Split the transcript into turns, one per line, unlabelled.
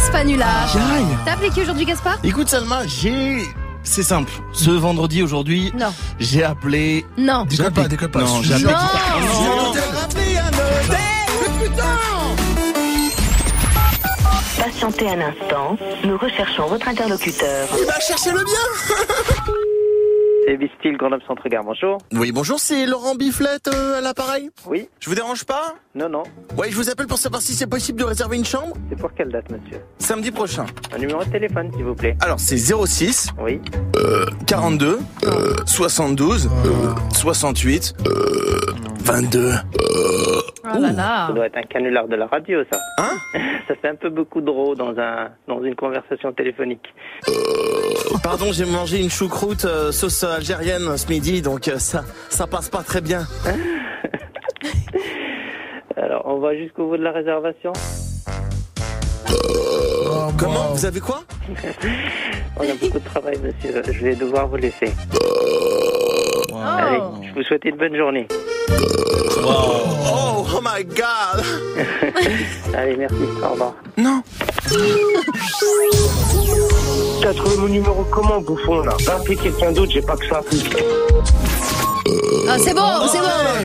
Spanula.
Aïe.
T'as appelé qui aujourd'hui, Gaspard
Écoute Salma, j'ai... C'est simple. Ce vendredi aujourd'hui,
Non.
j'ai appelé...
Non.
Décolle pas, décolle pas.
Non,
Je te jure.
jamais.
Non.
Non.
Patientez un instant, nous recherchons votre interlocuteur.
C'est Bistil, Grand Homme Centre Gare, bonjour.
Oui, bonjour, c'est Laurent Biflette euh, à l'appareil.
Oui,
Je vous dérange pas
non, non.
Ouais, je vous appelle pour savoir si c'est possible de réserver une chambre
C'est pour quelle date, monsieur
samedi prochain.
Un numéro de téléphone, s'il vous plaît.
Alors, c'est 06
Oui.
42 euh, 72 euh, 68 euh, 22.
Oh là là.
Ça doit être un canular de la radio, ça.
Hein
Ça fait un peu beaucoup de rots dans, un, dans une conversation téléphonique.
Pardon, j'ai mangé une choucroute euh, sauce algérienne ce midi, donc euh, ça ça passe pas très bien.
Alors, on va jusqu'au bout de la réservation
Comment Vous avez quoi
On a beaucoup de travail, monsieur. Je vais devoir vous laisser.
Oh.
Allez, je vous souhaite une bonne journée.
Oh, oh my god
Allez, merci. Au revoir.
Non
T'as trouvé mon numéro comment, bouffon, là Va appeler quelqu'un d'autre, j'ai pas que ça.
Ah, c'est bon, c'est bon.